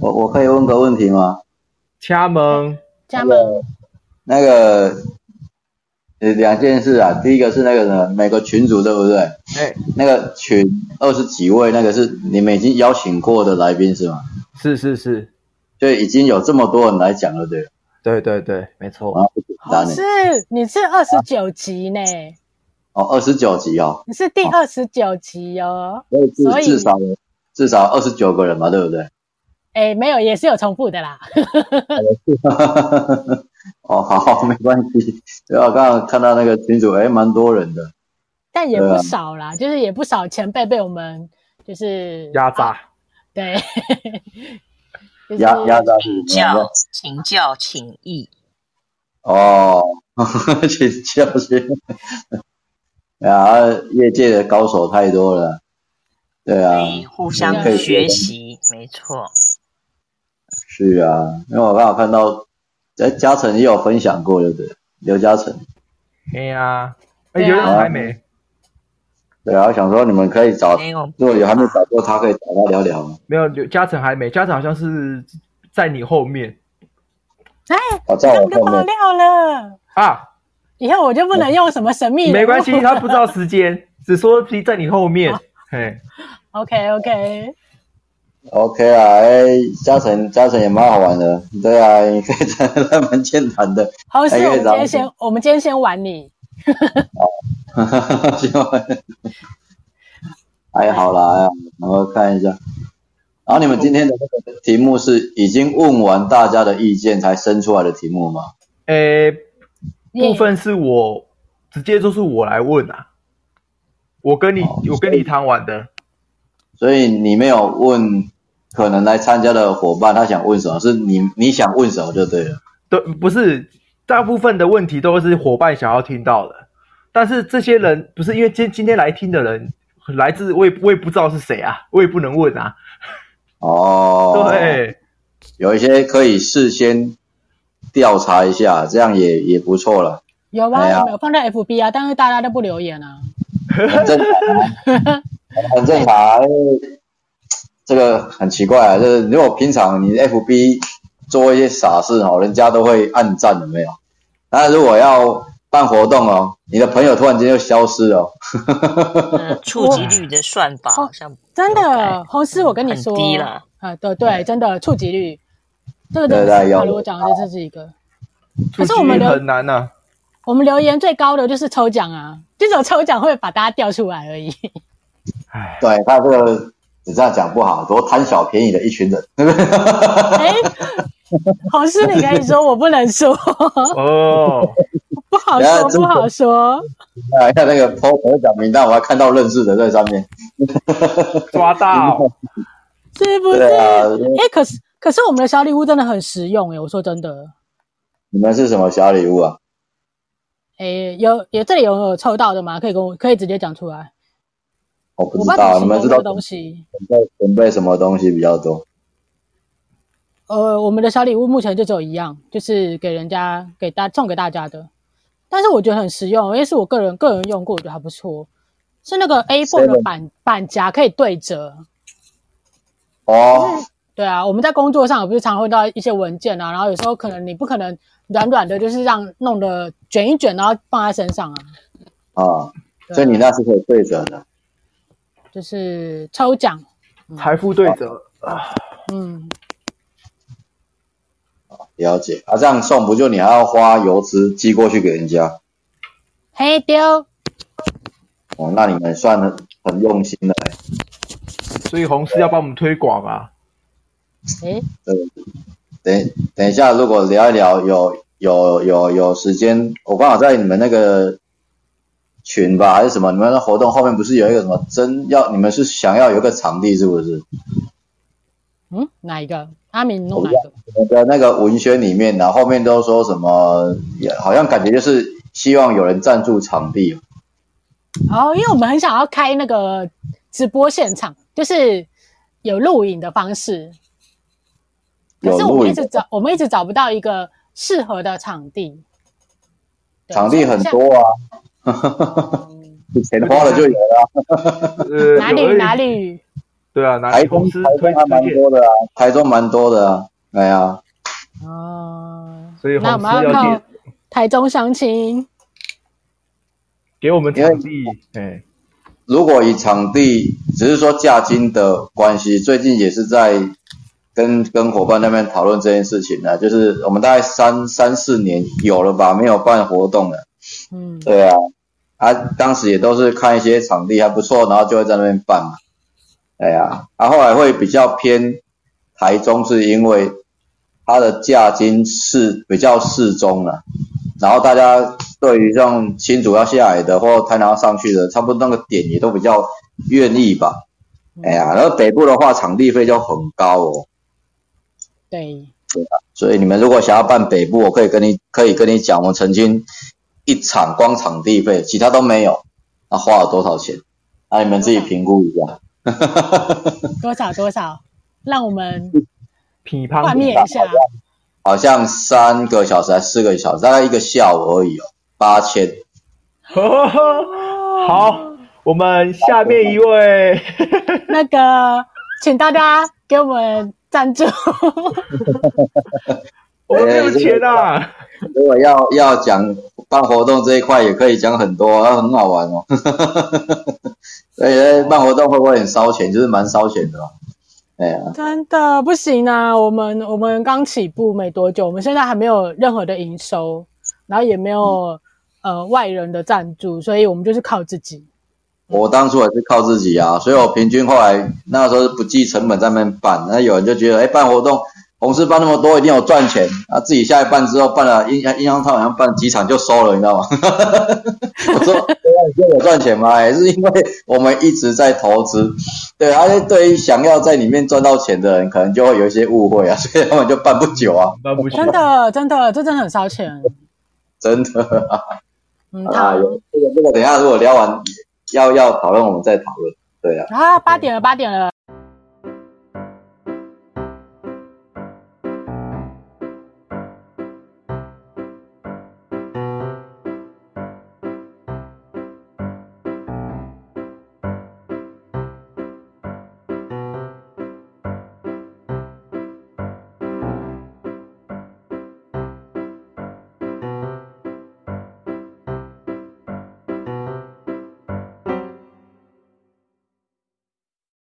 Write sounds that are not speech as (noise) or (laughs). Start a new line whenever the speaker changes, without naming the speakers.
我我可以问个问题吗？
掐门
加
啊
盟哦
那个，呃，两件事啊，第一个是那个什么，每个群主对不对？
哎，
那个群二十几位，那个是你们已经邀请过的来宾是吗？
是是是，
就已经有这么多人来讲了，对了，
对对对，没错。
然后不简
哦，
单
是
呢，
你是二十九集呢，
哦，二十九集哦，
你是第二十九集哦。
所以至
所以
至少有至少二十九个人嘛，对不对？ (laughs)
哎，没有，也是有重复的啦。
哦，好，没关系。对啊，刚刚看到那个群主，哎，蛮多人的。
但也
对啊
不少啦，就是也不少前辈被我们就是
压榨，
对， (laughs) 就是
压压榨
请
是什么
教，请教，请益。
哦， (laughs) 请教学。啊，业界的高手太多了。对啊
可，以互相
可以
学习，没错。
是啊，因为我刚好看到，哎，嘉诚也有分享过，对不对？刘嘉诚，
哎呀，哎，
对啊
有人还没，
对啊，我想说你们可以找，
没有，
如果有还没找过他，可以找他聊聊嘛。
没有，刘嘉诚还没，嘉诚好像是在你后面
哎，
我哦在
这
我
个
后
爆
面，
料了，
啊，
以后我就不能用什么神秘人物
没关系，他不知道时
(laughs)
间，只说在你后
啊
面。嘿，
OK OK，
OK 啊，哎，嘉诚，嘉诚也蛮好玩的，对啊，你可以 (laughs) 找他蛮健谈的，
好，是
哎
我们
院长
今天先，我们今天先玩你，
(laughs) 哈哈哈哈还好啦，还好然后看一下，然后你们今天的那个题目是已经问完大家的意见才生出来的题目吗？
诶，
耶
部分是我直接就是我来问啊，我跟你
哦
好
我跟你谈完的，
所以你没有问可能来参加的伙伴他想问什么，是你你想问什么就对了。
对，不是大部分的问题都是伙伴想要听到的，但是这些人不是因为今今天来听的人来自我也我也不知道是谁啊，我也不能问啊，
哦，，
对，
有一些可以事先调查一下，这样也也不错了，
有
哎
啊，
呀
我们有放在 FB 啊，但是大家都不留言啊，
很正常啊，很正常啊。因为这个很奇怪啊，就是如果平常你 FB 做一些傻事哦，人家都会暗赞有没有？那如果要办活动哦，你的朋友突然间就消失了哦，
呃，触及率的算法好像
真
有改
哎
的，红师，我跟你
很
说，
低啦，
啊，对对，真的触及率，这个
对对
真的，
有
好了，我讲的这是一个，
出
可
去
是我们留
很难呐、啊，
我们留言最高的就是抽奖啊，这种抽奖会把大家调出来而已。
唉，
对他这个你这样讲不好，多贪小便宜的一群人，对不对？
哎，好事你可以说，我不能说， (laughs)
哦，
不好
等下
说，
这
不好说。
看一下那个 PO 头奖名单，我还看到认识的在上面。
抓到，
是不是？
对
哎、
啊，
可是可是我们的小礼物真的很实用哎、我说真的，
你们是什么小礼物啊？
哎、有有这里有有抽到的吗？可以跟我可以直接讲出来，
我不
我
知
不知道
道，
怎
你
么
们
形
知
容
道
这东西。
准备准备什么东西比较多？
呃，我们的小礼物目前就只有一样，就是给人家给大送给大家的，但是我觉得很实用，因为是我个人个人用过，我觉得还不错。是那个 A4 的
Seven
板板夹可以对折，
哦，
对啊，我们在工作上也不是常会到一些文件啊，然后有时候可能你不可能软软的，就是让弄得卷一卷，然后放在身上啊。
啊，
对啊
所以你那是可以对折的。
就是抽奖，
财富对折，
嗯，
了解啊，这样送不就你还要花邮资寄过去给人家？
嘿丢，
哦，那你们算很很用心的、欸。
所以红师要帮我们推广啊。
诶，
等等一下，如果聊一聊，有有有有时间，我刚好在你们那个群吧，还是什么？你们的活动后面不是有一个什么真要？你们是想要有一个场地，是不是？
嗯，哪一个？阿明你弄哪一个？
我的那个文宣里面呢、后面都说什么，也好像感觉就是希望有人赞助场地。
哦，因为我们很想要开那个直播现场，就是有录影的方式，可
有
是我
录
们一
影
直找，我们一直找不到一个适合的场地。对
场地很，多啊，
所以像嗯
钱花了就有了、
呃，
哪里
有而已
哪里
对啊，哪
台
里公
中
司
台
推
中还
推
蛮
荐，
多的啊，台中蛮多的啊，哎呀，
啊，
所以
那我
红
们要
哦丝要
靠
给
台中相亲，
给我们
因为
场地，哎，
如果以场地只是说价金的关系，最近也是在跟跟伙伴那边讨论这件事情呢、就是我们大概三三四年有了吧，没有办活动了。
嗯，
对啊，啊，当时也都是看一些场地还不错，然后就会在那边办嘛。哎呀，啊，后来会比较偏台中，是因为它的价金是比较适中了、然后大家对于像新竹要下来的或台南要上去的，差不多那个点也都比较愿意吧。哎呀，然后北部的话，场地费就很高哦。
对，
所以你们如果想要办北部，我可以跟你可以跟你讲，我曾经一场光场地费，其他都没有，那、花了多少钱？那、你们自己评估一下。
多少多少，让我们
乒
幻
乓
灭一下，
好像三个小时还是四个小时，大概一个下午而已哦，八千。
好，我们下面一位，
哎
那个，请大家给我们赞助，
我们没有钱啊，
如果要要讲办活动这一块，也可以讲很多，啊、很好玩哦。 (laughs) 所以哎办活动会不会很烧钱？就是蛮烧钱的嘛。哎呀，
真的不行啊！我们我们刚起步没多久，我们现在还没有任何的营收，然后也没
嗯
有、呃外人的赞助，所以我们就是靠自己。
我当初也是靠自己啊，所以我平均后来那时候是不计成本在那边办，那有人就觉得，哎，办活动，红事办那么多，一定有赚钱啊，自己下来办之后，办了印印象套好像办几场就收了，你知道吗？ (laughs) 我说，对啊，有赚钱吗？也是因为我们一直在投资，对，而且对于想要在里面赚到钱的人，可能就会有一些误会啊，所以他们就办不久啊，
办不起
真的，真的，这真的很烧钱。
真的啊，
嗯，
啊
好
有这个这个，等一下如果聊完要要讨论，我们再讨论，对啊。
啊，八点了，八点了。